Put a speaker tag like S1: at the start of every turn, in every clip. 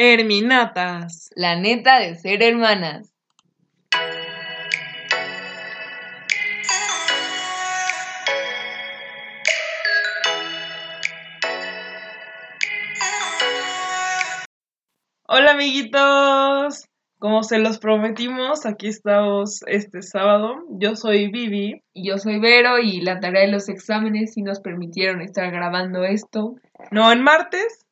S1: Herminatas.
S2: La neta de ser hermanas.
S1: Hola amiguitos. Como se los prometimos, aquí estamos este sábado. Yo soy Vivi.
S2: Y yo soy Vero y la tarea de los exámenes sí nos permitieron estar grabando esto.
S1: No en martes,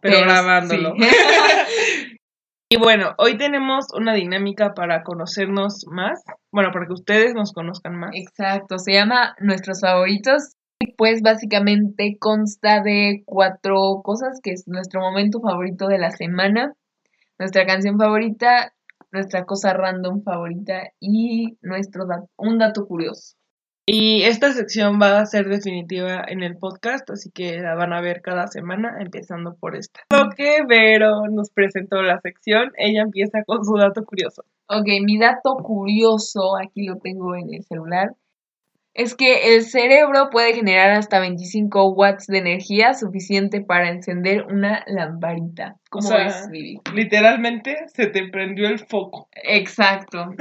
S1: pero,
S2: Pero,
S1: grabándolo.
S2: sí.
S1: y bueno, hoy tenemos una dinámica para conocernos más. Bueno, para que ustedes nos conozcan más.
S2: Exacto, se llama Nuestros Favoritos. Y pues básicamente consta de cuatro cosas, que es nuestro momento favorito de la semana, nuestra canción favorita, nuestra cosa random favorita y nuestro da- un dato curioso.
S1: Y esta sección va a ser definitiva en el podcast, así que la van a ver cada semana, empezando por esta. Lo que Vero nos presentó la sección, ella empieza con su dato curioso.
S2: Ok, mi dato curioso, aquí lo tengo en el celular, es que el cerebro puede generar hasta 25 watts de energía suficiente para encender una lamparita. ¿Cómo
S1: sea,
S2: ves, Vivi?
S1: Literalmente se te prendió el foco.
S2: Exacto.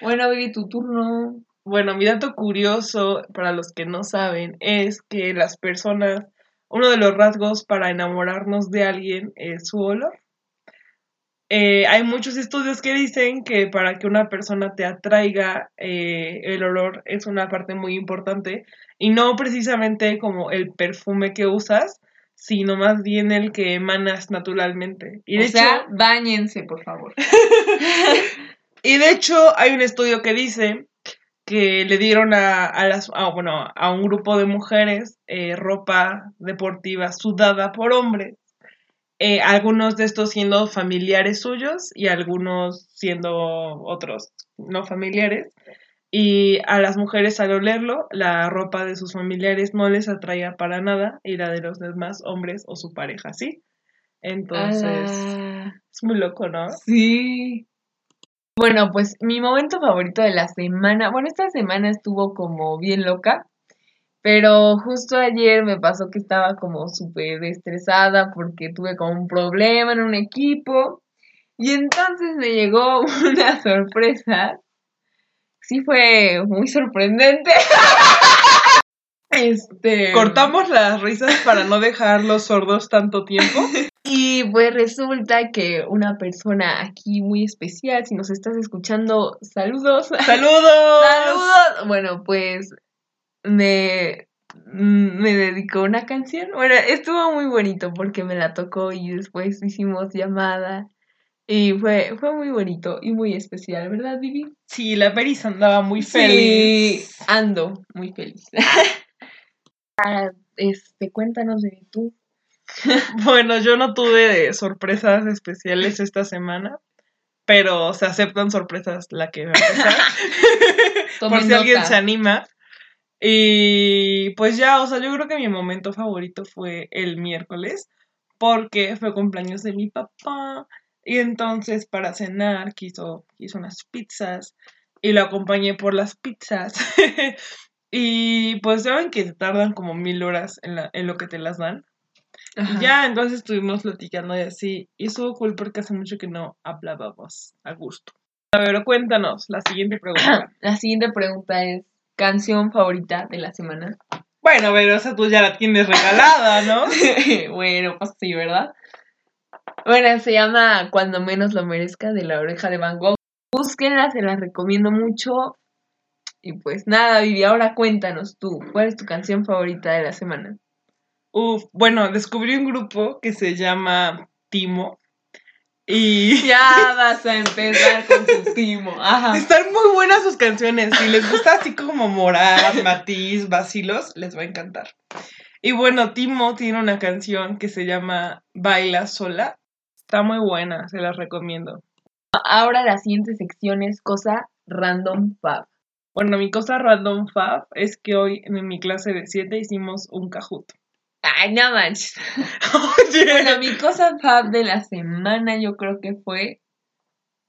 S2: bueno, Vivi, tu turno.
S1: Bueno, mi dato curioso, para los que no saben, es que las personas, uno de los rasgos para enamorarnos de alguien es su olor. Eh, hay muchos estudios que dicen que para que una persona te atraiga, eh, el olor es una parte muy importante y no precisamente como el perfume que usas, sino más bien el que emanas naturalmente. Y de
S2: o sea,
S1: hecho,
S2: bañense, por favor.
S1: y de hecho, hay un estudio que dice que le dieron a, a las a, bueno, a un grupo de mujeres eh, ropa deportiva sudada por hombres. Eh, algunos de estos siendo familiares suyos y algunos siendo otros no familiares. Y a las mujeres al olerlo, la ropa de sus familiares no les atraía para nada y la de los demás hombres o su pareja sí. Entonces,
S2: Ah,
S1: es muy loco, ¿no?
S2: sí. Bueno, pues mi momento favorito de la semana, bueno, esta semana estuvo como bien loca, pero justo ayer me pasó que estaba como súper estresada porque tuve como un problema en un equipo y entonces me llegó una sorpresa. Sí fue muy sorprendente. Este
S1: Cortamos las risas para no dejarlos sordos tanto tiempo.
S2: Y pues resulta que una persona aquí muy especial, si nos estás escuchando, saludos.
S1: ¡Saludos!
S2: Saludos. Bueno, pues me, me dedicó una canción. Bueno, estuvo muy bonito porque me la tocó y después hicimos llamada. Y fue, fue muy bonito y muy especial, ¿verdad, Vivi?
S1: Sí, la Peris andaba muy feliz.
S2: Sí, ando muy feliz. Ah, este, cuéntanos de tú.
S1: Bueno, yo no tuve eh, sorpresas especiales esta semana, pero se aceptan sorpresas la que va a empezar, por si
S2: Tomen
S1: alguien
S2: nota.
S1: se anima. Y pues ya, o sea, yo creo que mi momento favorito fue el miércoles, porque fue cumpleaños de mi papá. Y entonces para cenar quiso, quiso unas pizzas y lo acompañé por las pizzas. y pues saben que se tardan como mil horas en, la- en lo que te las dan. Y
S2: Ajá.
S1: ya, entonces estuvimos platicando y así. Y estuvo cool porque hace mucho que no hablábamos a gusto. A ver, cuéntanos la siguiente pregunta.
S2: La siguiente pregunta es, ¿canción favorita de la semana?
S1: bueno, pero esa tú ya la tienes regalada, ¿no?
S2: bueno, pues sí, ¿verdad? Bueno, se llama Cuando menos lo merezca de la oreja de Van Gogh. Búsquenla, se las recomiendo mucho. Y pues nada, Vivi, ahora cuéntanos tú, ¿cuál es tu canción favorita de la semana?
S1: Uf, bueno, descubrí un grupo que se llama Timo. Y
S2: Ya vas a empezar con tu timo. Ajá.
S1: están muy buenas sus canciones. Si les gusta así como Morat, Matiz, Basilos, les va a encantar. Y bueno, Timo tiene una canción que se llama Baila sola. Está muy buena, se las recomiendo.
S2: Ahora la siguiente sección es cosa random fab.
S1: Bueno, mi cosa random fab es que hoy en mi clase de 7 hicimos un Kahoot.
S2: Ay, no manches.
S1: Oye,
S2: Bueno, mi cosa fab de la semana yo creo que fue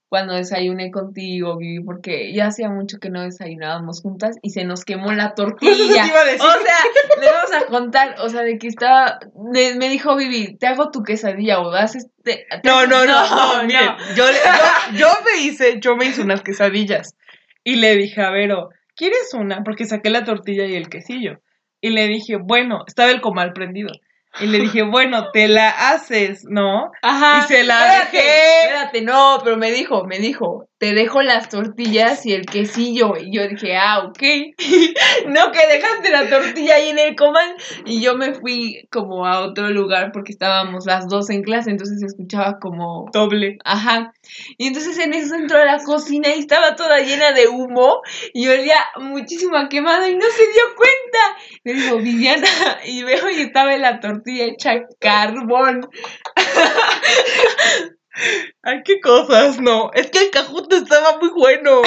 S2: cuando desayuné contigo, Vivi, porque ya hacía mucho que no desayunábamos juntas y se nos quemó la tortilla.
S1: Eso te iba a decir.
S2: O sea, le vamos a contar, o sea, de que estaba, me, me dijo Vivi, te hago tu quesadilla o haces... te- te
S1: No,
S2: haces-"
S1: no, no, no, miren, Yo, le- yo, yo me hice, yo me hice unas quesadillas. Y le dije a Vero, ¿quieres una? Porque saqué la tortilla y el quesillo. Y le dije, bueno, estaba el comal prendido. Y le dije, bueno, te la haces, ¿no?
S2: Ajá.
S1: Y se la
S2: Ah, espérate,
S1: dejé.
S2: Espérate, no, pero me dijo, me dijo, te dejo las tortillas y el quesillo. Y yo dije, ah, ok. no, que dejaste la tortilla ahí en el comal. Y yo me fui como a otro lugar porque estábamos las dos en clase, entonces se escuchaba como
S1: Doble.
S2: Ajá. Y entonces en eso entró a la cocina y estaba toda llena de humo y olía muchísimo a quemado y no se dio cuenta. Le digo, Viviana, y veo y estaba en la tortilla hecha carbón.
S1: Ay, qué cosas, no. Es que el cajuto estaba muy bueno.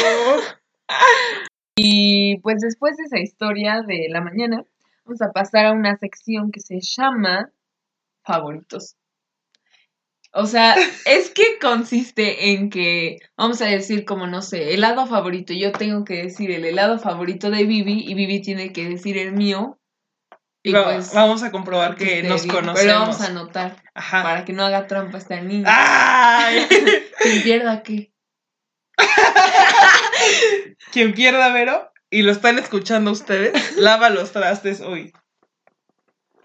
S2: Y pues después de esa historia de la mañana, vamos a pasar a una sección que se llama favoritos. O sea, es que consiste en que vamos a decir como, no sé, helado favorito. Yo tengo que decir el helado favorito de Vivi y Vivi tiene que decir el mío.
S1: Y
S2: Y
S1: va-
S2: pues,
S1: vamos a comprobar
S2: que
S1: que
S2: esté
S1: nos
S2: bien.
S1: conocemos. Ah.
S2: Pero vamos a anotar
S1: Ajá.
S2: para que no haga trampa esta niña.
S1: ¡Ay!
S2: Quien pierda qué.
S1: Quien pierda, Vero, y lo están escuchando ustedes, lava los trastes hoy.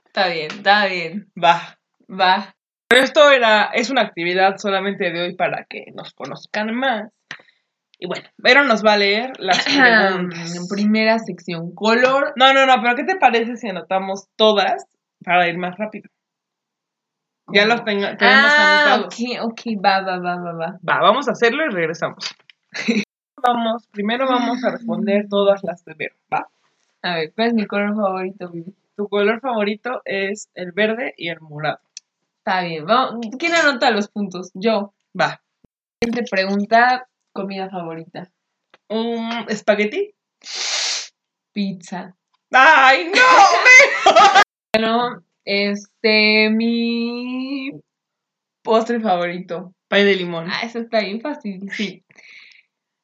S2: Está bien, está bien.
S1: Va.
S2: Va.
S1: Pero esto era, es una actividad solamente de hoy para que nos conozcan más. Y bueno, Vero nos va a leer las preguntas.
S2: En Em, primera sección, color.
S1: No, no, no, pero ¿qué te parece si anotamos todas para ir más rápido? Ya los tenga- tenemos
S2: Mm. Ah,
S1: anotados.
S2: ok, ok, va, va, va, va, va.
S1: Va, vamos a hacerlo y regresamos. vamos, primero vamos a responder todas las de Vero. Va.
S2: A ver, ¿cuál es mi color favorito, Vivi?
S1: Tu color favorito es el verde y el morado.
S2: Está bien, vamos. ¿Quién anota los puntos? Yo.
S1: Va.
S2: Siguiente pregunta, comida favorita.
S1: un espagueti.
S2: Pizza.
S1: ¡Ay, no!
S2: Bueno, este, mi postre favorito.
S1: Pay de limón.
S2: Ah, eso está bien fácil, sí.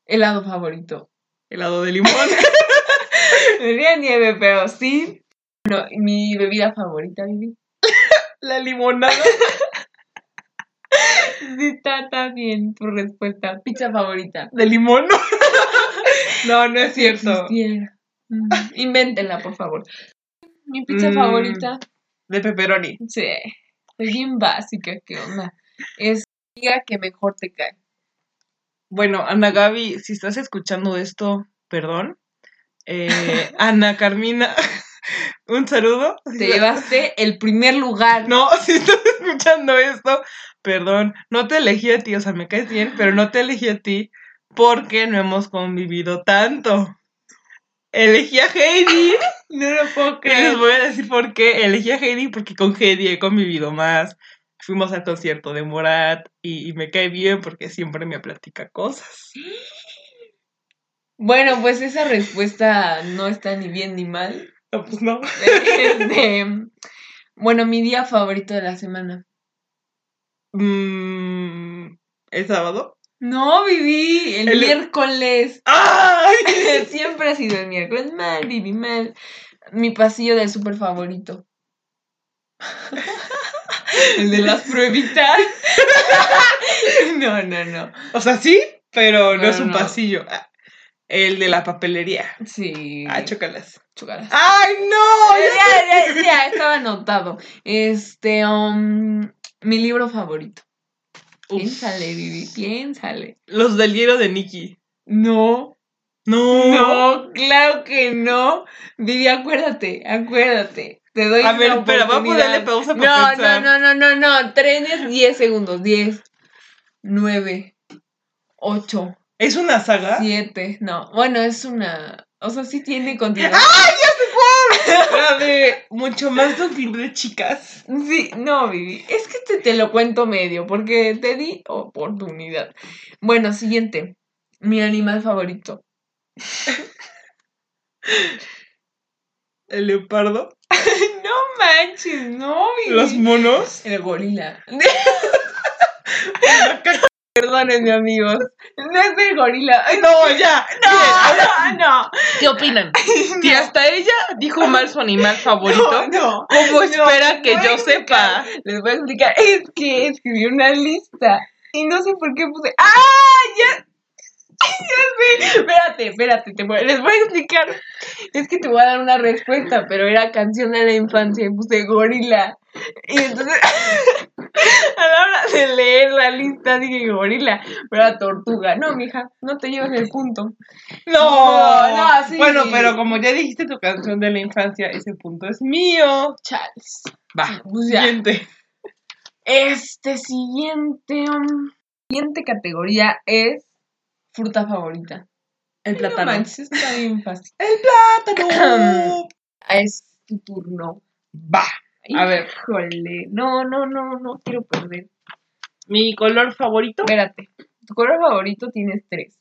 S2: Helado favorito.
S1: Helado de limón.
S2: Diría nieve, pero sí. Bueno, mi bebida favorita, Vivi.
S1: La limonada.
S2: Sí, está, está bien tu respuesta. Pizza favorita.
S1: ¿De limón? No, no es cierto.
S2: Existiera. Mm, Invéntenla, por favor. Mi pizza
S1: Mm.
S2: favorita.
S1: De pepperoni.
S2: Sí. Es bien básica, ¿qué onda? Es diga que mejor te cae.
S1: Bueno, Ana Gaby, si estás escuchando esto, perdón. Eh, Ana Carmina, un saludo.
S2: Te llevaste el primer lugar.
S1: No, si estás escuchando esto, perdón. No te elegí a ti, o sea, me caes bien, pero no te elegí a ti porque no hemos convivido tanto. Elegí a Heidi.
S2: No lo puedo
S1: Y les voy a decir por qué elegí a Heidi, porque con Heidi he convivido más. Fuimos al concierto de Morat y, y me cae bien porque siempre me platica cosas.
S2: Bueno, pues esa respuesta no está ni bien ni mal.
S1: No, pues no.
S2: Este, bueno, mi día favorito de la semana.
S1: Mm, ¿El sábado?
S2: No, viví el,
S1: El-
S2: miércoles.
S1: ¡Ay!
S2: Siempre ha sido el miércoles. Mal, viví mal. Mi pasillo del súper favorito. el de las pruebitas. no, no, no.
S1: O sea, sí, pero no,
S2: No,
S1: es un
S2: no.
S1: pasillo. Ah, El de la papelería.
S2: Sí.
S1: Ah, chocalas.
S2: chúcalas.
S1: ¡Ay, no!
S2: Ah, oh, Ya,
S1: Ya-
S2: ya, ya, ya, estaba anotado. Este, um, mi libro favorito.
S1: Uf.
S2: Piénsale, Vivi, piénsale.
S1: Los del hielo de Nicky.
S2: No,
S1: No.
S2: no, claro que no. Vivi, acuérdate, acuérdate. Te doy
S1: A ver,
S2: una
S1: espera, voy a
S2: oportunidad.
S1: ponerle pausa
S2: no,
S1: para pensar.
S2: No, no, no, no, no. Trenes, 10 segundos. 10, 9, 8,
S1: ¿Es una saga?
S2: 7. No, bueno, es una. O sea, sí tiene continuación.
S1: ¡Ah! La de mucho más de un club de chicas.
S2: Sí, no, Vivi. Es que te, te lo cuento medio, porque te di oportunidad. Bueno, siguiente. Mi animal favorito.
S1: El leopardo.
S2: No manches, no, Vivi.
S1: Los monos.
S2: El gorila.
S1: La caca.
S2: Perdónenme, amigos. No es del gorila. Ay,
S1: No, ya.
S2: No, no,
S1: ¿Qué opinan? Si
S2: No.
S1: hasta ella dijo mal su animal favorito,
S2: no, no.
S1: ¿cómo
S2: No,
S1: espera que
S2: voy a
S1: yo
S2: explicar.
S1: sepa?
S2: Les voy a explicar. Es que escribí una lista y no sé por qué puse. ¡Ah! Ya. Ya sé. Espérate, espérate. te voy- Les voy a explicar. Es que te voy a dar una respuesta, pero era canción de la infancia y puse gorila. Y entonces, a la hora de leer la lista, dije gorila, pero era tortuga. No, mija, no te llevas el punto. No, no, así.
S1: Bueno, pero como ya dijiste tu canción de la infancia, ese punto es mío.
S2: Charles.
S1: Va,
S2: Pues ya.
S1: siguiente.
S2: Este siguiente, um, siguiente categoría es fruta favorita.
S1: El
S2: No manches, está bien fácil.
S1: El plátano.
S2: Es tu turno.
S1: Va. A ver.
S2: Híjole. No, no, no, no quiero perder.
S1: Mi color favorito.
S2: Espérate. Tu color favorito tienes tres.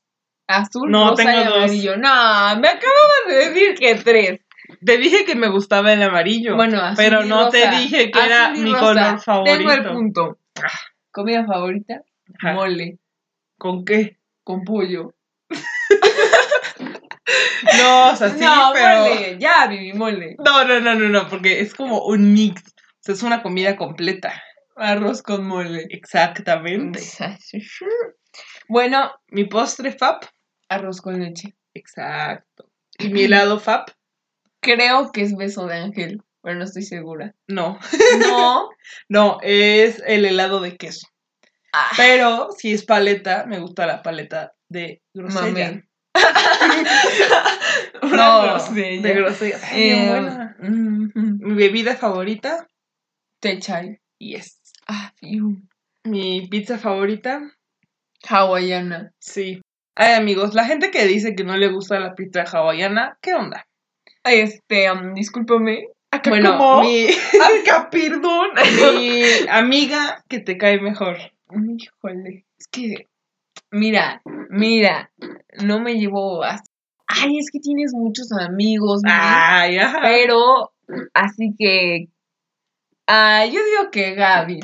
S2: Azul,
S1: No,
S2: rosa y
S1: tengo dos.
S2: amarillo. No, me acababas de decir que tres.
S1: Te dije que me gustaba el amarillo.
S2: Bueno, azul
S1: Pero
S2: y
S1: no te
S2: rosa.
S1: dije que era
S2: Azul y
S1: mi
S2: rosa. Tengo
S1: color
S2: el
S1: favorito. Ah.
S2: punto. Comida favorita,
S1: Ajá.
S2: mole
S1: ¿Con qué?
S2: con pollo.
S1: No, o sea, sí,
S2: no,
S1: pero.
S2: mole, ya, mi mole.
S1: No, no, no, no, no, porque es como un mix. O sea, es una comida completa.
S2: Arroz con mole.
S1: Exactamente.
S2: Bueno,
S1: Mi postre FAP.
S2: arroz con leche.
S1: Exacto. ¿Y mi helado FAP?
S2: Creo que es beso de ángel, pero no estoy segura.
S1: No.
S2: No.
S1: No, es el helado de queso.
S2: Ah.
S1: Pero si es paleta, me gusta la paleta de grosella.
S2: Mame.
S1: No,
S2: Una grosella.
S1: de grosella. Ay, bien
S2: Eh,
S1: buena.
S2: mm,
S1: Mi bebida favorita,
S2: Te chai.
S1: yes.
S2: Ah, fiu.
S1: Mi pizza favorita,
S2: Hawaiana.
S1: sí. Ay, amigos, la gente que dice que no le gusta la pizza hawaiana, ¿qué onda?
S2: Este, um, discúlpame. Acá
S1: Bueno,
S2: como-
S1: mi,
S2: Acá, perdón.
S1: mi amiga que te cae mejor.
S2: Híjole. Es que, mira, mira, no me llevo así. Ay, es que tienes muchos amigos, Miri.
S1: Ay, ajá.
S2: Pero, así que. Ah, yo digo que Gaby.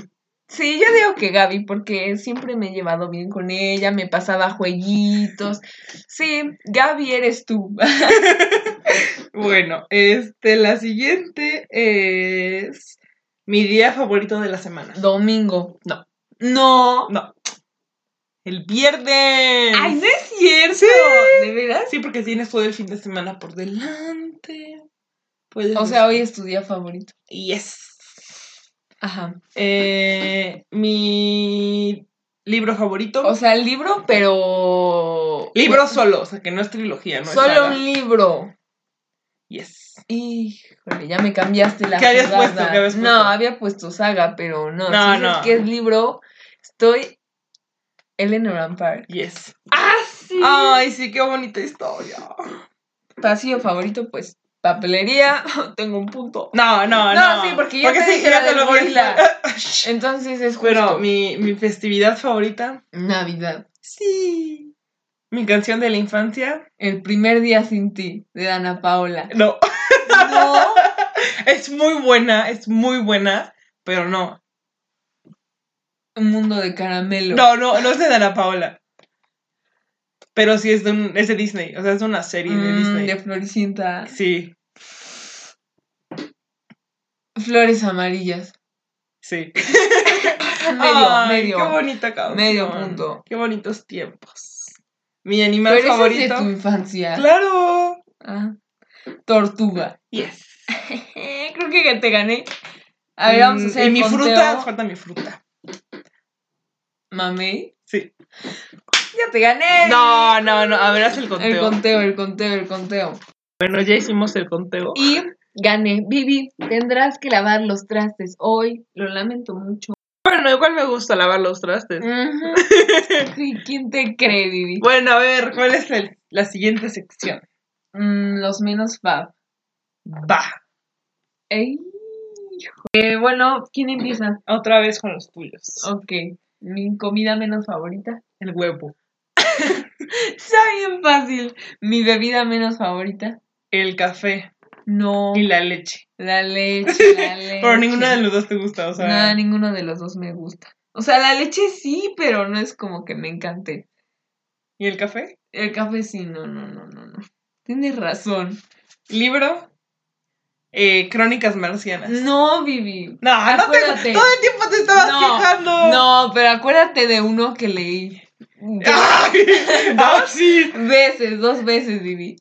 S2: Sí, yo digo que Gaby, porque siempre me he llevado bien con ella, me pasaba jueguitos. Sí, Gaby eres tú.
S1: Bueno, este, la siguiente es mi día favorito de la semana.
S2: Domingo.
S1: No.
S2: No.
S1: No. El viernes.
S2: Ay, no es cierto.
S1: Sí.
S2: ¿De veras?
S1: Sí, porque tienes todo el fin de semana por delante. Puedes
S2: O sea, hoy es tu día favorito.
S1: Yes.
S2: Ajá.
S1: Eh, mi libro favorito.
S2: O sea, el libro, pero. pues,
S1: libro solo, o sea, que no es trilogía, no es
S2: Solo
S1: saga.
S2: un libro.
S1: Yes.
S2: Híjole, ya me cambiaste la
S1: ¿Qué habías
S2: jugada.
S1: puesto? ¿Qué habías puesto?
S2: No, había puesto saga, pero no.
S1: No,
S2: si dices
S1: no.
S2: que es libro, estoy... Eleanor Rampart.
S1: Yes.
S2: ¡Ah, sí!
S1: Ay, sí, qué bonita historia.
S2: Pasillo favorito, pues, papelería. Tengo un punto.
S1: No, Ah, no, no.
S2: No, sí, porque yo te dije la del
S1: voy a
S2: gorila.
S1: explicar.
S2: Entonces es justo.
S1: Bueno, mi, mi festividad favorita.
S2: Navidad.
S1: Sí. Mi canción de la infancia.
S2: El primer día sin ti, de Dana Paola.
S1: No.
S2: No,
S1: Es muy buena, es muy buena, pero no.
S2: un mundo de caramelo.
S1: No, no, no es de Dana Paola. Pero sí es de, un, es de Disney, o sea, es de una serie de
S2: Mm,
S1: Disney.
S2: de Floricienta.
S1: Sí,
S2: Flores amarillas.
S1: sí.
S2: Medio,
S1: Ay,
S2: medio.
S1: Qué bonita canción.
S2: Medio punto.
S1: Qué bonitos tiempos. Mi animal
S2: Pero ese es
S1: favorito.
S2: de tu infancia.
S1: Claro.
S2: Ah, Tortuga.
S1: Yes.
S2: Creo que te gané. A ver, vamos a
S1: Mm,
S2: hacer
S1: Y
S2: el
S1: mi
S2: conteo.
S1: fruta, falta mi fruta.
S2: Mamey.
S1: Sí.
S2: Ya te gané.
S1: No, no, no. A ver, haz el conteo.
S2: El conteo, el conteo, el conteo.
S1: Bueno, ya hicimos el conteo.
S2: Y gané. Vivi, tendrás que lavar los trastes hoy. Lo lamento mucho.
S1: Bueno, igual me gusta lavar los
S2: Mm.
S1: trastes.
S2: Sí, ¿Quién te cree, Vivi?
S1: Bueno, a ver, ¿cuál es el- la siguiente sección?
S2: Mm, los menos fab.
S1: Va.
S2: Ey, hijo. Eh, bueno, ¿quién empieza?
S1: Otra vez con los tuyos.
S2: Ok. Mi comida menos favorita.
S1: El huevo.
S2: Está bien fácil. Mi bebida menos favorita.
S1: El café
S2: No.
S1: y la leche.
S2: La leche, la leche.
S1: Pero ninguna de los dos te gusta, o sea.
S2: Nada, ninguno de los dos me gusta. O sea, la leche sí, pero no es como que me encante.
S1: ¿Y el café?
S2: El café sí, no, no, no, no, no. Tienes razón.
S1: Libro. eh, Crónicas marcianas.
S2: No, Vivi.
S1: No, no te-
S2: Acuérdate.
S1: Todo el tiempo te estabas
S2: No,
S1: quejando.
S2: No, pero acuérdate de uno que leí.
S1: Ay, ah, sí.
S2: Veces, dos veces, Vivi.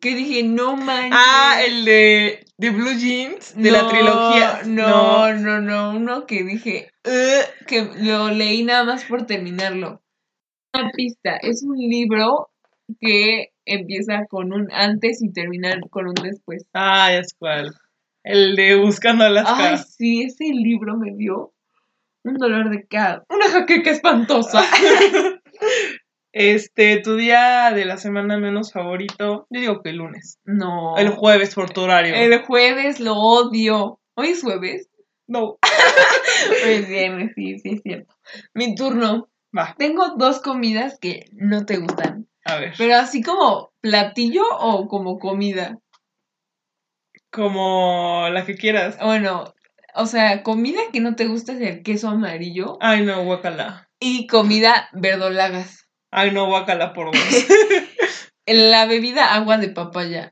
S2: Que dije, no manches.
S1: Ah, el de, de Blue Jeans, de la
S2: No,
S1: trilogía. Eh,
S2: No, no, no, uno que dije, "Ugh", que lo leí nada más por terminarlo. Una pista, es un libro que empieza con un antes y termina con un después.
S1: Ah, es cual. El de Buscando Alaska.
S2: Ay, sí, ese libro me dio un dolor de cara, una jaqueca espantosa.
S1: Este, tu día de la semana menos favorito. Yo digo que el lunes.
S2: No.
S1: El jueves por tu horario.
S2: El jueves lo odio. Hoy es jueves.
S1: No.
S2: Hoy es viernes, sí, sí es cierto. Mi turno.
S1: Va,
S2: Tengo dos comidas que no te gustan.
S1: a ver.
S2: Pero así como platillo o como comida.
S1: Como la que quieras.
S2: Bueno, o sea, comida que no te gusta es el queso amarillo
S1: Ay, no, guacala.
S2: y comida verdolagas.
S1: Ay, no, guacala por vos.
S2: La bebida agua de papaya.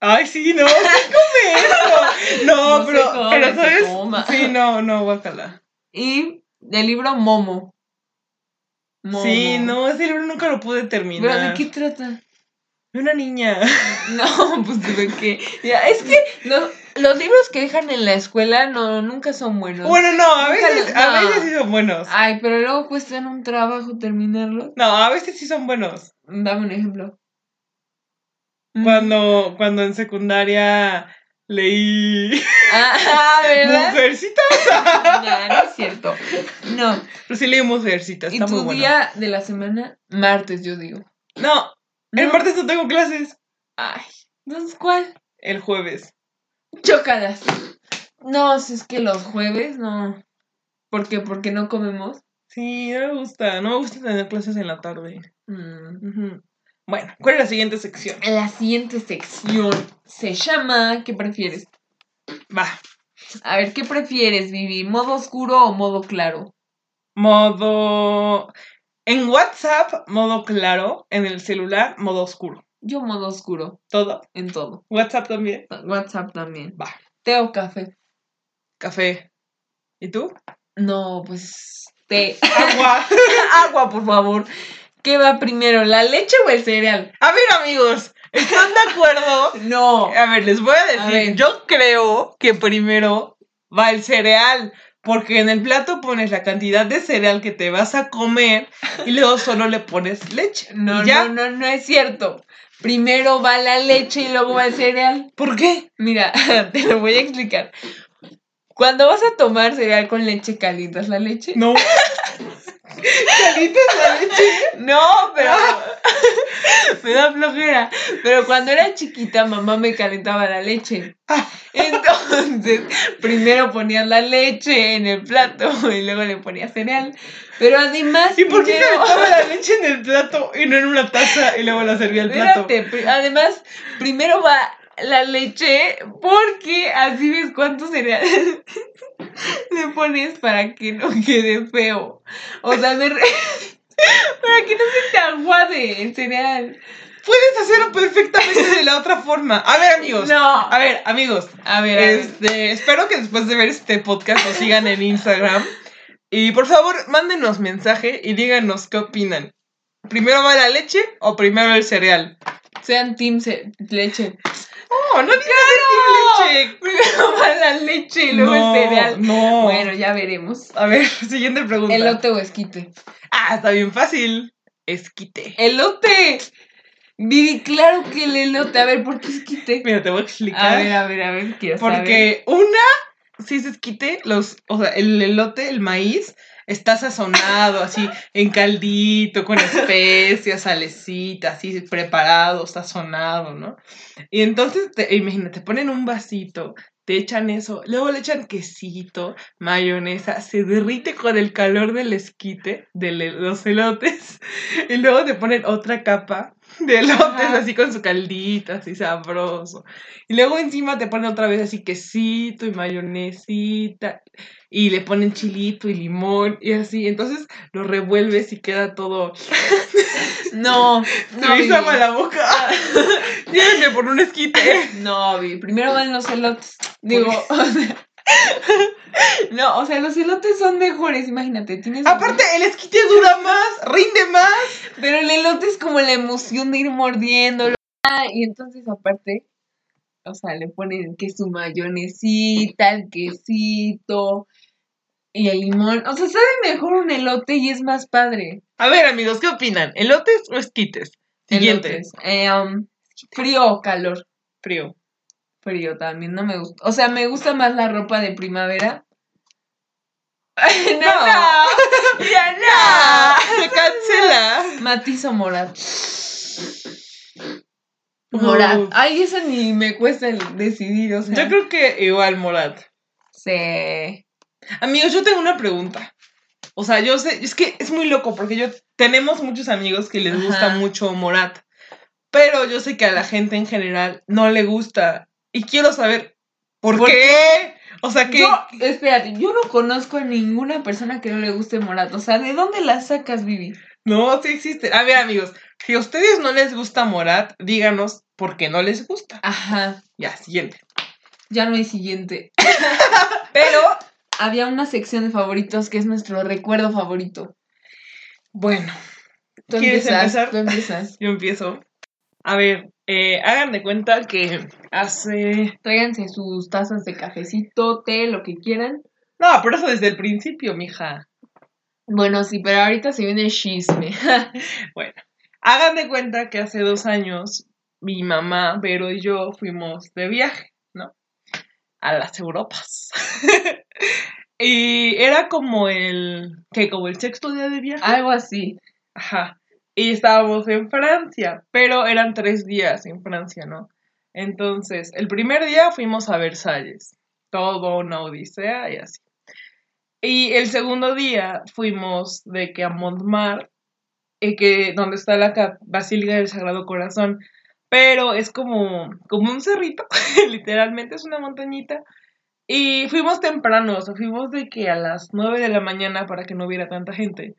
S1: Ay, sí, no, ¿qué come eso? No,
S2: No sé
S1: pero,
S2: cómo
S1: pero
S2: se
S1: ¿sabes?
S2: coma.
S1: Sí, no, no, guacala.
S2: Y el libro Momo. Momo.
S1: Sí, no, ese libro nunca lo pude
S2: ¿Pero de
S1: terminar.
S2: qué trata?
S1: De una niña.
S2: No, pues de qué. Ya, es que lo- los libros que dejan en la escuela no nunca son buenos.
S1: Bueno, no, a
S2: Nunca Ah.
S1: veces,
S2: lo-
S1: a
S2: no.
S1: veces sí son buenos.
S2: Ay, pero luego cuestan un trabajo terminarlos.
S1: No, a veces sí son buenos.
S2: Dame un ejemplo.
S1: Cuando, cuando en secundaria leí
S2: Ah, ¿verdad?
S1: Mujercita.
S2: No, no es cierto. No.
S1: Pero sí leí Mujercita,
S2: ¿Y
S1: está muy
S2: tu
S1: bueno.
S2: día de la semana? Martes, yo digo.
S1: No, el
S2: No.
S1: martes no tengo clases.
S2: Ay, entonces, ¿cuál?
S1: El jueves.
S2: Chocadas. No, si es que los jueves, no. ¿Por qué? ¿Porque no comemos?
S1: Sí, no me gusta. No me gusta tener clases en la tarde.
S2: Mm.
S1: Ujú. Bueno, ¿cuál es la siguiente sección?
S2: La siguiente sección se llama ¿Qué prefieres?
S1: Va.
S2: A ver, ¿qué prefieres, Vivi? ¿Modo oscuro o modo claro?
S1: Modo. En WhatsApp, modo claro. En el celular, modo oscuro.
S2: Yo modo oscuro,
S1: Todo.
S2: en todo.
S1: WhatsApp también.
S2: WhatsApp también.
S1: Va.
S2: ¿Té o café?
S1: Café. ¿Y tú?
S2: No, pues té.
S1: Agua.
S2: Agua, por favor. ¿Qué va primero, la leche o el cereal?
S1: A ver, amigos, ¿están de acuerdo?
S2: No.
S1: A ver, les voy a
S2: A
S1: decir,
S2: ver.
S1: yo creo que primero va el cereal, porque en el plato pones la cantidad de cereal que te vas a comer y luego solo le pones leche.
S2: No,
S1: y ya.
S2: no, no, no es cierto. Primero va la leche y luego va el cereal.
S1: ¿Por qué?
S2: Mira, te lo voy a explicar. Cuando vas a tomar cereal con leche, calientas la leche.
S1: No. ¿Calitas la leche?
S2: No, pero me da flojera. Pero cuando era chiquita, mamá me calentaba la leche. Entonces, primero ponías la leche en el plato y luego le ponías cereal. Pero además,
S1: ¿Y por qué
S2: primero-
S1: calentaba la leche en el plato y no en una taza y luego la servía al plato?
S2: Espérate, pri- además, primero va la leche porque así ves cuánto cereal le pones para que no quede feo. O sea, me re- para que no se te aguade el cereal.
S1: Puedes hacerlo perfectamente de la otra forma. A ver, amigos.
S2: No.
S1: A ver, amigos.
S2: A ver, a ver.
S1: Este, espero que después de ver este podcast nos sigan en Instagram. Y por favor, mándenos mensaje y díganos qué opinan. ¿Primero va la leche o primero el cereal?
S2: sean team ce- leche. Oh,
S1: No, no tiene que ser
S2: Primero va la leche y
S1: team leche.
S2: luego el cereal.
S1: No.
S2: Bueno, ya veremos.
S1: A ver, siguiente pregunta.
S2: Elote o esquite.
S1: Ah, está bien fácil. Esquite.
S2: ¡Elote! Vivi, claro que el elote. A ver, ¿por qué esquite?
S1: Mira, te voy a
S2: A
S1: explicar.
S2: ver, a ver, a ver, quiero saber.
S1: porque una, si es esquite, los, o sea, el elote, el maíz, está sazonado así en caldito, con especias, salecita, así preparado, sazonado, ¿no? Y entonces, te, imagínate, ponen un vasito, te echan eso, luego le echan quesito, mayonesa, se derrite con el e, calor del esquite, de los elotes, y luego te ponen otra capa de elotes
S2: Ajá.
S1: así con su caldita, así sabroso. Y luego encima te ponen otra vez así quesito y mayonesita y le ponen chilito y limón y así. Entonces lo revuelves y queda todo.
S2: No,
S1: Se
S2: no.
S1: me
S2: Vivi.
S1: hizo agua la boca. Llévenme por un esquite.
S2: No, Vivi, Primero van los elotes. Digo,
S1: Pues.
S2: o sea. No, o sea, los elotes son mejores, imagínate. Tienes
S1: Aparte, el esquite dura más, rinde más.
S2: Pero el elote es como la emoción de ir mordiéndolo. Ah, y entonces aparte, o sea, le ponen que su mayonesita, el quesito y el limón. O sea, sabe mejor un elote y es más padre.
S1: A ver, amigos, ¿qué opinan? ¿Elotes o esquites? Siguiente.
S2: Elotes. Eh, um, frío o calor.
S1: Frío.
S2: Frío también, no me gusta. O sea, me gusta más la ropa de primavera. no,
S1: ¡Ya no! ¡Me cancela!
S2: Matizo Morat.
S1: Uf.
S2: Morat. Ay, eso ni me cuesta el decidir, o sea.
S1: Yo creo que igual, Morat.
S2: Sí.
S1: Amigos, yo tengo una pregunta. O sea, yo sé, es que es muy loco porque yo tenemos muchos amigos que les gusta
S2: Ajá.
S1: mucho Morat, pero yo sé que a la gente en general no le gusta y quiero saber por,
S2: ¿Por
S1: qué? O sea, que
S2: Yo, espérate, yo no conozco a ninguna persona que no le guste Morat. O sea, ¿de dónde la sacas, Vivi?
S1: no, sí existe. A ver, amigos, si a ustedes no les gusta Morat, díganos por qué no les gusta.
S2: Ajá,
S1: Ya, siguiente.
S2: ya no hay siguiente. Pero había una sección de favoritos que es nuestro recuerdo favorito.
S1: Bueno,
S2: Tú
S1: ¿Quieres
S2: empiezas,
S1: empezar?
S2: Tú empiezas.
S1: yo empiezo. A ver, eh, hagan de cuenta que hace...
S2: Tráiganse sus tazas de cafecito, té, lo que quieran.
S1: No, pero eso desde el principio, mija.
S2: Bueno, sí, pero ahorita se viene el chisme.
S1: Bueno, hagan de cuenta que hace dos años mi mamá, Vero y yo fuimos de viaje, ¿no? A las Europas. y era como el, que como el sexto día de viaje.
S2: Algo así.
S1: Ajá. Y estábamos en Francia, pero eran tres días en Francia, ¿no? Entonces, el primer día fuimos a Versalles, todo una odisea y así. Y el segundo día fuimos de que a Montmartre, eh, que, donde está la ca- Basílica del Sagrado Corazón, pero es como, como un cerrito, literalmente es una montañita. Y fuimos temprano, o sea, fuimos de que a las 9 de la mañana para que no hubiera tanta gente.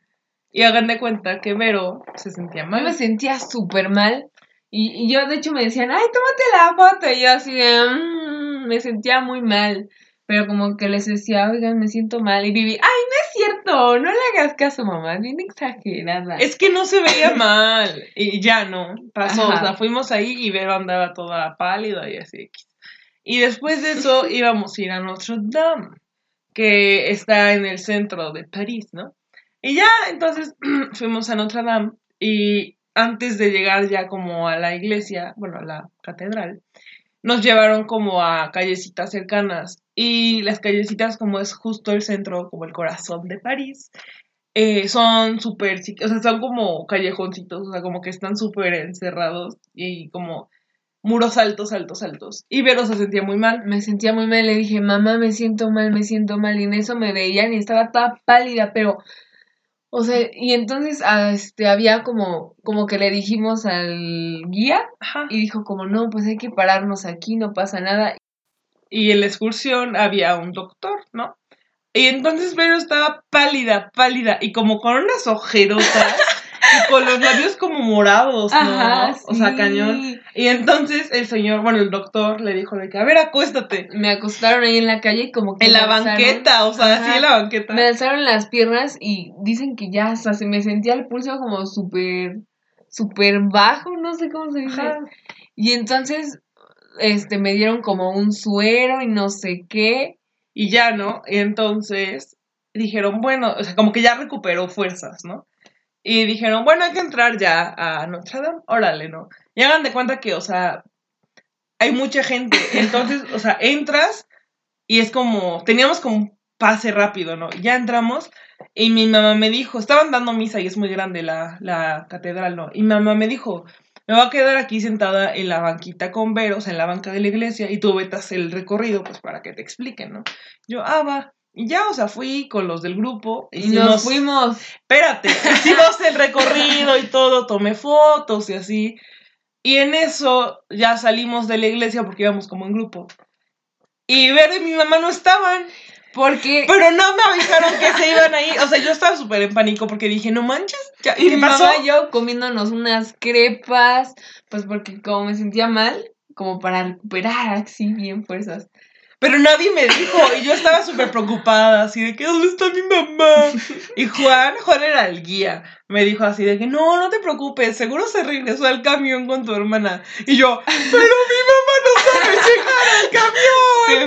S1: Y hagan de cuenta que Vero se sentía
S2: Yo me
S1: mal.
S2: sentía súper mal. Y, y yo, de hecho, me decían, ay, tómate la foto. Y yo así de, "Mm", me sentía muy mal. Pero como que les decía, oigan, me siento mal. Y Vivi, ay, no es cierto, no le hagas caso, mamá, es bien exagerada.
S1: Es que no se veía mal. Y ya no, pasó. O
S2: Ajá.
S1: sea, fuimos ahí y Vero andaba toda pálida y así. Y después de eso íbamos a ir a Notre Dame, que está en el centro de París, ¿no? Y ya, entonces fuimos a Notre Dame y antes de llegar ya como a la iglesia, bueno, a la catedral, nos llevaron como a callecitas cercanas y las callecitas como es justo el centro, como el corazón de París, eh, son súper, chi- o sea, son como callejoncitos, o sea, como que están súper encerrados y como muros altos, altos, altos. Y Vero se sentía muy mal.
S2: Me sentía muy mal, le dije, mamá, me siento mal, me siento mal. Y en eso me veían y estaba toda pálida, pero. O sea, y entonces ah, este, había como, como que le dijimos al guía
S1: Ajá.
S2: y dijo como, no, pues hay que pararnos aquí, no pasa nada.
S1: y en la excursión había un doctor, ¿no? Y entonces Vero estaba pálida, pálida, y como con unas ojerotas y con los labios como morados, ¿no? O sea, cañón.
S2: sí.
S1: Y entonces el señor, bueno, el doctor le dijo de que, a ver, acuéstate.
S2: Me acostaron ahí en la calle y como que...
S1: En
S2: me
S1: la
S2: alzaron-
S1: banqueta, o sea, así
S2: Ajá.
S1: en la banqueta.
S2: Me alzaron las piernas y dicen que ya, hasta se me sentía el pulso como súper, súper bajo, no sé cómo se dice.
S1: Ajá.
S2: Y entonces, este, me dieron como un suero y no sé qué.
S1: Y ya, ¿no? Y entonces dijeron, bueno, o sea, como que ya recuperó fuerzas, ¿no? Y dijeron, bueno, hay que entrar ya a Notre Dame, órale, ¿no? Y hagan de cuenta que, o sea, hay mucha gente, entonces, o sea, entras y es como, teníamos como un pase rápido, ¿no? Ya entramos y mi mamá me dijo, estaban dando misa y es muy grande la, la catedral, ¿no? Y mi mamá me dijo, me voy a quedar aquí sentada en la banquita con Veros, en la banca de la iglesia, y tú vetas el recorrido, pues para que te expliquen, ¿no? Yo, ah, va. Y ya, o sea, fui con los del grupo.
S2: Y nos fuimos.
S1: Espérate, hicimos el recorrido y todo, tomé fotos y así. Y en eso ya salimos de la iglesia porque íbamos como en grupo. Y Vero y mi mamá no estaban.
S2: Porque
S1: Pero no me avisaron que se iban ahí. O sea, yo estaba súper en pánico porque dije, no manches, ¿qué,
S2: y
S1: qué
S2: mi
S1: pasó?
S2: mamá y yo comiéndonos unas crepas, pues porque como me sentía mal, como para recuperar así bien fuerzas.
S1: Pero nadie me dijo. Y yo estaba súper preocupada, así de que, ¿dónde está mi mamá? Y Juan, Juan era el guía. Me dijo así de que, no, no te preocupes, seguro se regresó al camión con tu hermana. Y yo, pero mi mamá no sabe llegar al camión.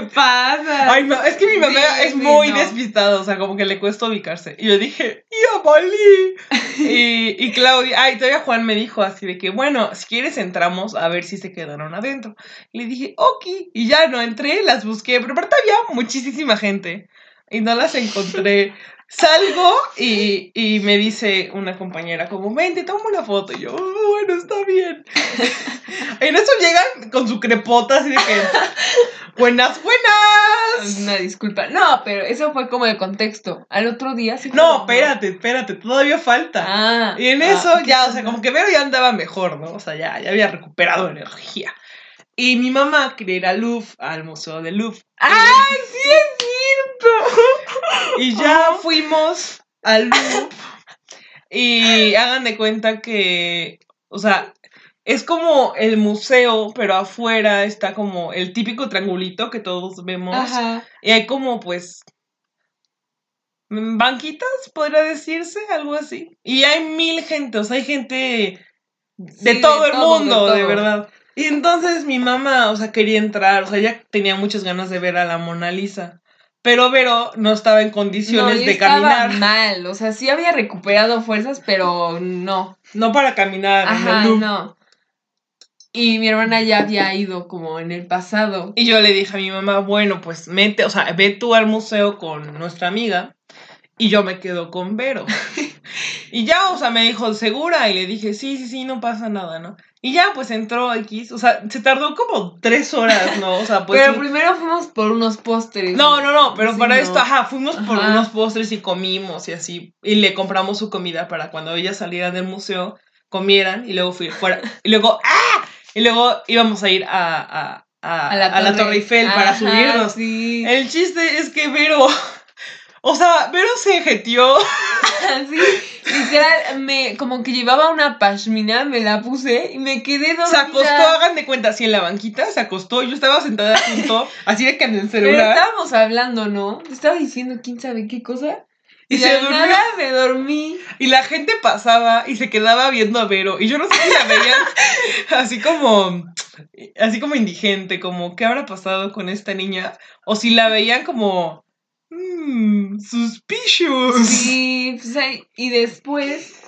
S2: ¿Qué pasa?
S1: Ay, no, es que mi mamá
S2: Sí,
S1: es
S2: sí,
S1: muy
S2: no.
S1: despistada, o sea, como que le cuesta ubicarse. Y yo dije, ¡ya volí! Y, y Claudia, ay, todavía Juan me dijo así de que, bueno, si quieres entramos a ver si se quedaron adentro. Le dije, ok, y ya no entré, las busqué, pero aparte había muchísima gente y no las encontré. Salgo y, y me dice una compañera como, vente, toma una foto. Y yo, "Oh, bueno, está bien. en eso llegan con su crepota así de que, buenas, buenas.
S2: Una disculpa. No, pero eso fue como el contexto. Al otro día sí.
S1: No,
S2: fue-
S1: espérate, espérate, todavía falta.
S2: Ah.
S1: y en
S2: ah,
S1: eso
S2: ¿qué
S1: ya, o
S2: pasa?
S1: sea, como que Vero ya andaba mejor, ¿no? O sea, ya, ya había recuperado energía. Y mi mamá quería ir al Louvre, al Museo del Louvre.
S2: ¡Ay, sí es cierto!
S1: Y ya fuimos al Louvre. Y hagan de cuenta que, o sea, es como el museo, pero afuera está como el típico triangulito que todos vemos.
S2: Ajá.
S1: Y hay como, pues, mm, banquitas, podría decirse, algo así. Y hay mil gente, o sea, hay gente de
S2: Sí,
S1: todo el
S2: todo,
S1: mundo, de,
S2: todo.
S1: verdad. Y entonces mi mamá, o sea, quería entrar, o sea, ella tenía muchas ganas de ver a la Mona Lisa. Pero Vero no estaba en
S2: No,
S1: condiciones
S2: yo
S1: de
S2: estaba
S1: caminar.
S2: mal. O sea, sí había recuperado fueras, pero no.
S1: No para caminar en el
S2: Ajá,
S1: Louvre.
S2: no. Y mi hermana ya había ido como en el pasado.
S1: Y yo le dije a mi mamá, bueno, pues mete, o sea, ve tú al museo con nuestra amiga y yo me quedo con Vero. y ya, o sea, me dijo, ¿segura? Y le dije, sí, sí, sí, no pasa nada, ¿no? Y ya, pues entró X, o sea, se tardó como tres horas, ¿no? O sea, pues...
S2: pero
S1: sí.
S2: primero fuimos por unos pósteres.
S1: No, no, no, pero
S2: Sí,
S1: para
S2: no.
S1: esto, ajá, fuimos por
S2: Ajá.
S1: unos postres y comimos y así, y le compramos su comida para cuando ellas salieran del museo, comieran y luego fui fuera, y luego, ¡ah! Y luego íbamos a ir a, a, a-
S2: A la,
S1: a la Torre Eiffel para
S2: Ajá,
S1: subirnos. Eh.
S2: Sí.
S1: El chiste es que Vero, o sea, Vero se jetió.
S2: sí. Literal, me, como que llevaba una pashmina, me la puse y me quedé dormida.
S1: Se acostó, hagan de cuenta, así en la banquita, se acostó. Yo estaba sentada junto, así de que en el
S2: Pero
S1: celular.
S2: estábamos hablando, ¿no? Te estaba diciendo quién sabe qué cosa.
S1: Y
S2: de
S1: se
S2: la
S1: durmió.
S2: nada me dormí.
S1: Y la gente pasaba y se quedaba viendo a Vero. Y yo no sé si la veían así como. Así como indigente, como, ¿qué habrá pasado con esta niña? O si la veían como. Mmm, suspicious.
S2: Sí, pues ahí- y después.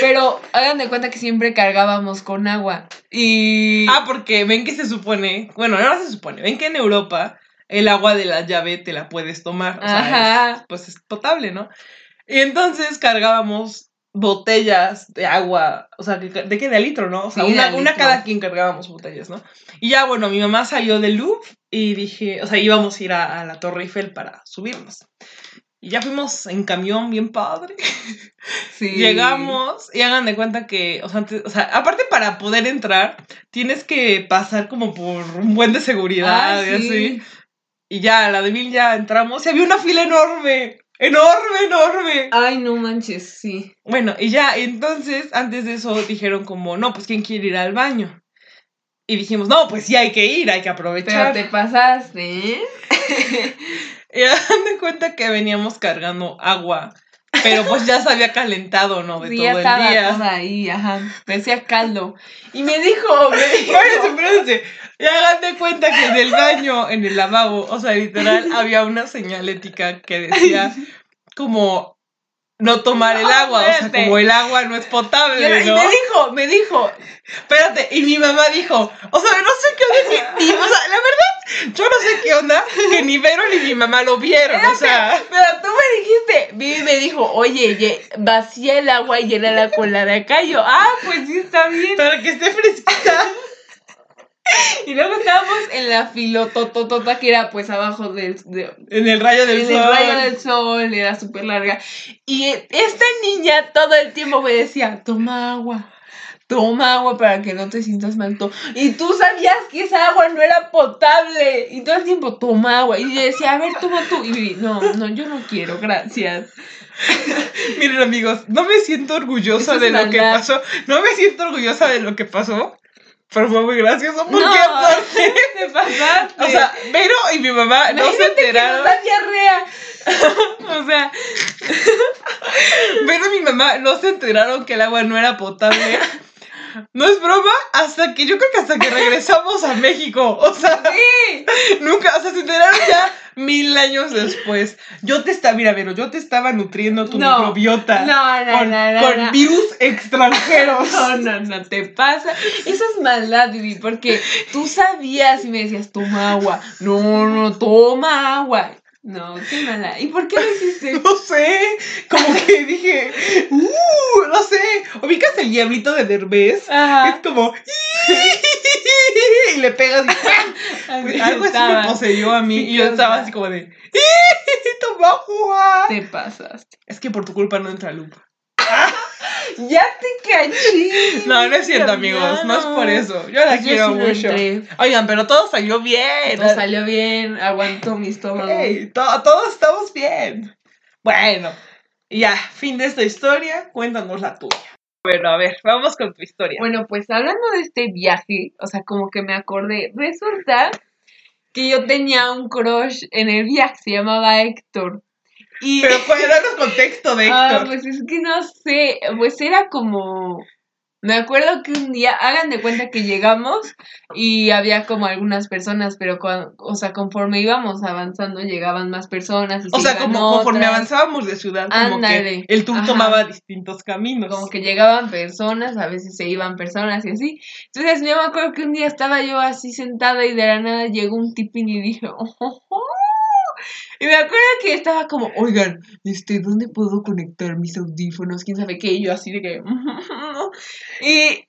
S2: Pero hagan de cuenta que siempre cargábamos con agua. Y.
S1: Ah, porque ven que se supone, bueno, no se supone, ven que en Europa el agua de la llave te la puedes tomar, o sea,
S2: Ajá.
S1: es- pues es potable, ¿no? Y entonces cargábamos botellas de agua, o sea, que ca- ¿de qué? De a litro, ¿no? O sea,
S2: Sí, de
S1: una,
S2: a
S1: una
S2: litro.
S1: cada quien cargábamos botellas, ¿no? Y ya, bueno, mi mamá salió del Louvre y dije, o sea, íbamos a ir a, a la Torre Eiffel para subirnos. Y ya fuimos en camión bien padre.
S2: sí.
S1: Llegamos y hagan de cuenta que, o sea, antes- o sea, aparte para poder entrar, tienes que pasar como por un buen de seguridad
S2: Ah,
S1: y así.
S2: sí.
S1: Y ya, a la de mil ya entramos y había una fila enorme, enorme, enorme.
S2: Ay, no manches, sí.
S1: Bueno, y ya, entonces, antes de eso dijeron como, no, pues ¿quién quiere ir al baño? Y dijimos, no, pues sí hay que ir, hay que
S2: Pero
S1: aprovechar.
S2: te pasaste, ¿eh?
S1: Y hagan de cuenta que veníamos cargando agua, pero pues ya se había calentado, ¿no? De
S2: Sí,
S1: todo
S2: ya
S1: el
S2: estaba
S1: día.
S2: toda ahí, ajá. Parecía caldo. Y me dijo, me dijo.
S1: Espérense, espérense. Y hagan de cuenta que en el baño, en el lavabo, o sea, literal, había una señalética que decía como no tomar el
S2: No,
S1: agua, o sea,
S2: espérate.
S1: como el agua no es
S2: Y me
S1: potable, ¿no?
S2: dijo, me dijo.
S1: Espérate, y mi mamá dijo, o sea, no sé qué onda, ni- ni- o sea, la verdad, yo no sé qué onda, que ni Vero ni mi mamá lo vieron, o sea,
S2: Pero tú me dijiste, Vivi me dijo, oye, ye- vacía el agua y llénala con la de acá. Y yo, ah, pues sí, está bien.
S1: para que esté fresquita.
S2: Y luego estábamos en la filotototota que era pues abajo del, de-
S1: En el rayo del
S2: en el
S1: sol.
S2: rayo del sol, era súper larga. Y eh, esta niña todo el tiempo me decía, toma agua, toma agua para que no te sientas mal. to-". Y tú sabías que esa agua no era potable. Y todo el tiempo, toma agua. Y yo decía, a ver, toma tú. Y vi, no, no, yo no quiero, gracias.
S1: Miren amigos, no me siento
S2: Eso
S1: orgullosa
S2: es
S1: de lo que
S2: maldad.
S1: pasó. No me siento orgullosa de lo que pasó. Pero fue muy gracioso. ¿Por
S2: No.
S1: qué? Porque-
S2: Te pasaste.
S1: O sea, Vero y mi mamá no se
S2: Eh, Imagínate que nos
S1: enteraron.
S2: da diarrea. o sea,
S1: Vero y mi mamá no se enteraron que el agua no era potable. No es broma, hasta que yo creo que hasta que regresamos a México. O sea,
S2: sí.
S1: nunca, o sea, se enteraron ya mil años después. Yo te estaba, mira, Vero, yo te estaba nutriendo tu
S2: No.
S1: microbiota
S2: No, no,
S1: con,
S2: no, no,
S1: con
S2: no.
S1: virus extranjeros.
S2: No, no, no te pasa. Eso es maldad, Vivi, porque tú sabías y me decías, toma agua. No, no, toma agua. No, qué mala. ¿Y por qué lo hiciste?
S1: No sé, como que dije, uh, no sé, ubicas el diablito de Derbez, es
S2: Ajá,
S1: como, y le pegas y
S2: así
S1: Pues, algo así me
S2: estaba.
S1: poseyó a mí
S2: Sí,
S1: y yo
S2: qué
S1: estaba
S2: onda.
S1: así como de, toma agua.
S2: Te pasaste.
S1: ah". Es que por tu culpa no entra lupa.
S2: Ya te caché.
S1: No, no es cierto, amigos, no es por eso, yo la
S2: Pues Yo
S1: quiero
S2: sí lo
S1: mucho.
S2: entré.
S1: Oigan, pero todo salió bien.
S2: Todo salió bien, aguanto mi estómago.
S1: Ey, to- todos estamos bien. Bueno, ya, fin de esta historia, cuéntanos la tuya. Bueno, a ver, vamos con tu historia.
S2: Bueno, pues hablando de este viaje, o sea, como que me acordé, resulta que yo tenía un crush en el viaje, se llamaba Héctor. Y
S1: Pero puede darnos contexto de Héctor.
S2: Ah, pues es que no sé, pues era como... Me acuerdo que un día, hagan de cuenta que llegamos y había como algunas personas, pero cuan- o sea, conforme íbamos avanzando llegaban más personas. Y
S1: o
S2: se
S1: sea,
S2: iban
S1: como conforme
S2: otras.
S1: avanzábamos de ciudad, como
S2: Ándale.
S1: que el tour
S2: Ajá.
S1: tomaba distintos caminos.
S2: como que llegaban personas, a veces se iban personas y así. Entonces yo me acuerdo que un día estaba yo así sentada y de la nada llegó un tipín y dije, "Oh, oh, oh". Y me acuerdo que estaba como, oigan, este, ¿dónde puedo conectar mis audífonos? ¿Quién sabe qué? Y yo así de que... "Ujú". Y,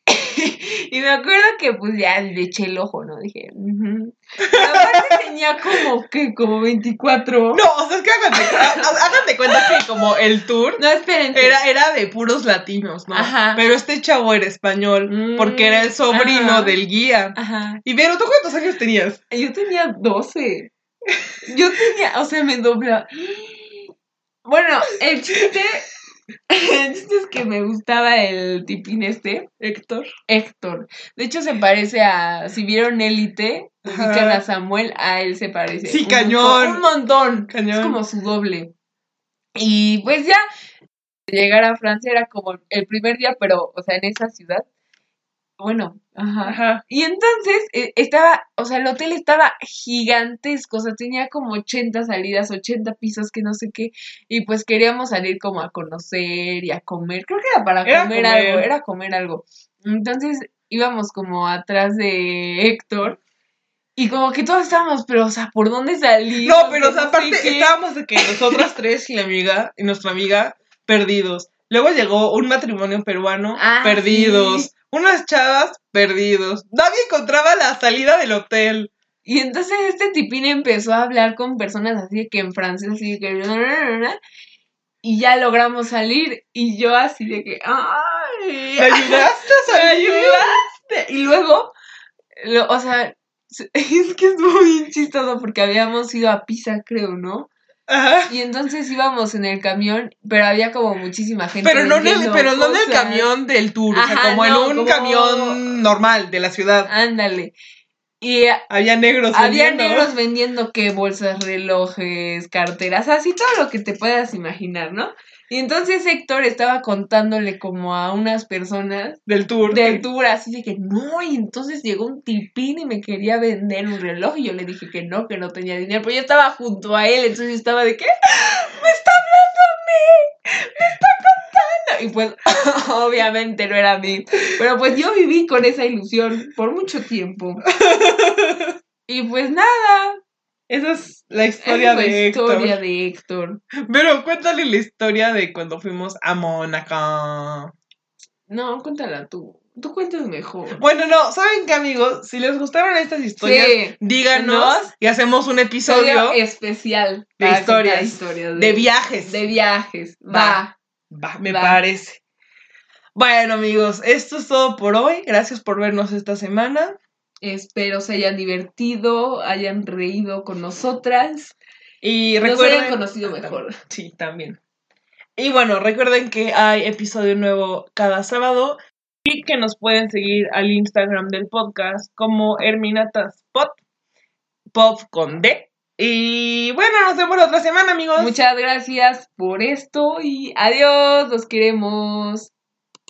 S2: y me acuerdo que pues ya le eché el ojo, ¿no? Dije... "Ujú". Pero aparte tenía como que, como 24...
S1: No, o sea, es que hagan de- ha- hagan de cuenta que como el tour
S2: No, esperen.
S1: era, era de puros latinos, ¿no?
S2: Ajá.
S1: Pero este chavo era español,
S2: Mm,
S1: porque era el sobrino
S2: ajá.
S1: del guía.
S2: Ajá.
S1: Y Vero, ¿tú cuántos años tenías?
S2: Yo tenía 12. Yo tenía, o sea, me doblaba. Bueno, el chiste, el chiste es que me gustaba el tipín este,
S1: Héctor.
S2: Héctor. De hecho, se parece a, si vieron Élite,
S1: Ajá.
S2: ubican a Samuel, a él se parece.
S1: Sí,
S2: Un
S1: cañón.
S2: montón, Un montón. Es
S1: Cañón.
S2: como su doble. Y pues ya, llegar a Francia era como el primer día, pero, o sea, en esa ciudad. Bueno, ajá.
S1: Ajá.
S2: Y entonces eh, estaba, o sea, el hotel estaba gigantesco, o sea, tenía como 80 salidas, 80 pisos, que no sé qué, y pues queríamos salir como a conocer y a comer, creo que era para
S1: Era
S2: comer,
S1: comer.
S2: algo, era comer algo. Entonces íbamos como atrás de Héctor y como que todos estábamos, pero, o sea, ¿por dónde salir?
S1: No, pero o sea,
S2: sé
S1: aparte
S2: qué.
S1: estábamos de que nosotras tres y la amiga, y nuestra amiga, perdidos. Luego llegó un matrimonio peruano,
S2: Ah,
S1: perdidos.
S2: sí.
S1: Unas chavas, perdidos. Nadie encontraba la salida del hotel.
S2: Y entonces este tipín empezó a hablar con personas así de que en francés, así de que... "Na, na, na, na", Y ya logramos salir y yo así de que... ¡Ay!
S1: ¿Me ayudaste a
S2: ¡Me
S1: salir?
S2: ayudaste! Y luego, lo- o sea, se- es que es muy chistoso porque habíamos ido a Pisa, creo, ¿no?
S1: Ajá.
S2: Y entonces íbamos en el camión, pero había como muchísima gente.
S1: Pero no, en el,
S2: vendiendo
S1: pero no en el
S2: cosas.
S1: camión del tour, o sea,
S2: Ajá,
S1: como en
S2: no,
S1: un
S2: como-
S1: camión normal de la ciudad.
S2: Ándale. Y
S1: Había negros.
S2: Había
S1: vendiendo.
S2: negros vendiendo que bolsas, relojes, carteras, así todo lo que te puedas imaginar, ¿no? Y entonces Héctor estaba contándole como a unas personas
S1: Del tour.
S2: del tour, así de que no, y entonces llegó un tipín y me quería vender un reloj y yo le dije que no, que no tenía dinero, pero yo estaba junto a él, entonces yo estaba de que me está hablando a mí, me está contando. Y pues obviamente no era a mí, pero pues yo viví con esa ilusión por mucho tiempo. Y pues nada,
S1: Esa es la
S2: esa
S1: historia
S2: es la
S1: de Héctor.
S2: historia de Héctor.
S1: Pero cuéntale la historia de cuando fuimos a Mónaco.
S2: No, cuéntala tú. Tú cuentas mejor.
S1: Bueno, no, ¿saben qué, amigos? Si les gustaron estas historias,
S2: Sí.
S1: díganos
S2: Nos-
S1: y hacemos un episodio
S2: Episodio especial Ah,
S1: de
S2: para contar
S1: historias,
S2: historias
S1: de viajes.
S2: de viajes. Va.
S1: Va, me
S2: Va.
S1: parece. Bueno, amigos, esto es todo por hoy. Gracias por vernos esta semana.
S2: Espero se hayan divertido, hayan reído con nosotras.
S1: Y
S2: Y nos
S1: recuerden.
S2: hayan conocido mejor.
S1: Sí, también. Y bueno, recuerden que hay episodio nuevo cada sábado y que nos pueden seguir al Instagram del podcast como herminataspod, pop con D. Y bueno, nos vemos la otra semana, amigos.
S2: Muchas gracias por esto y adiós. Los queremos.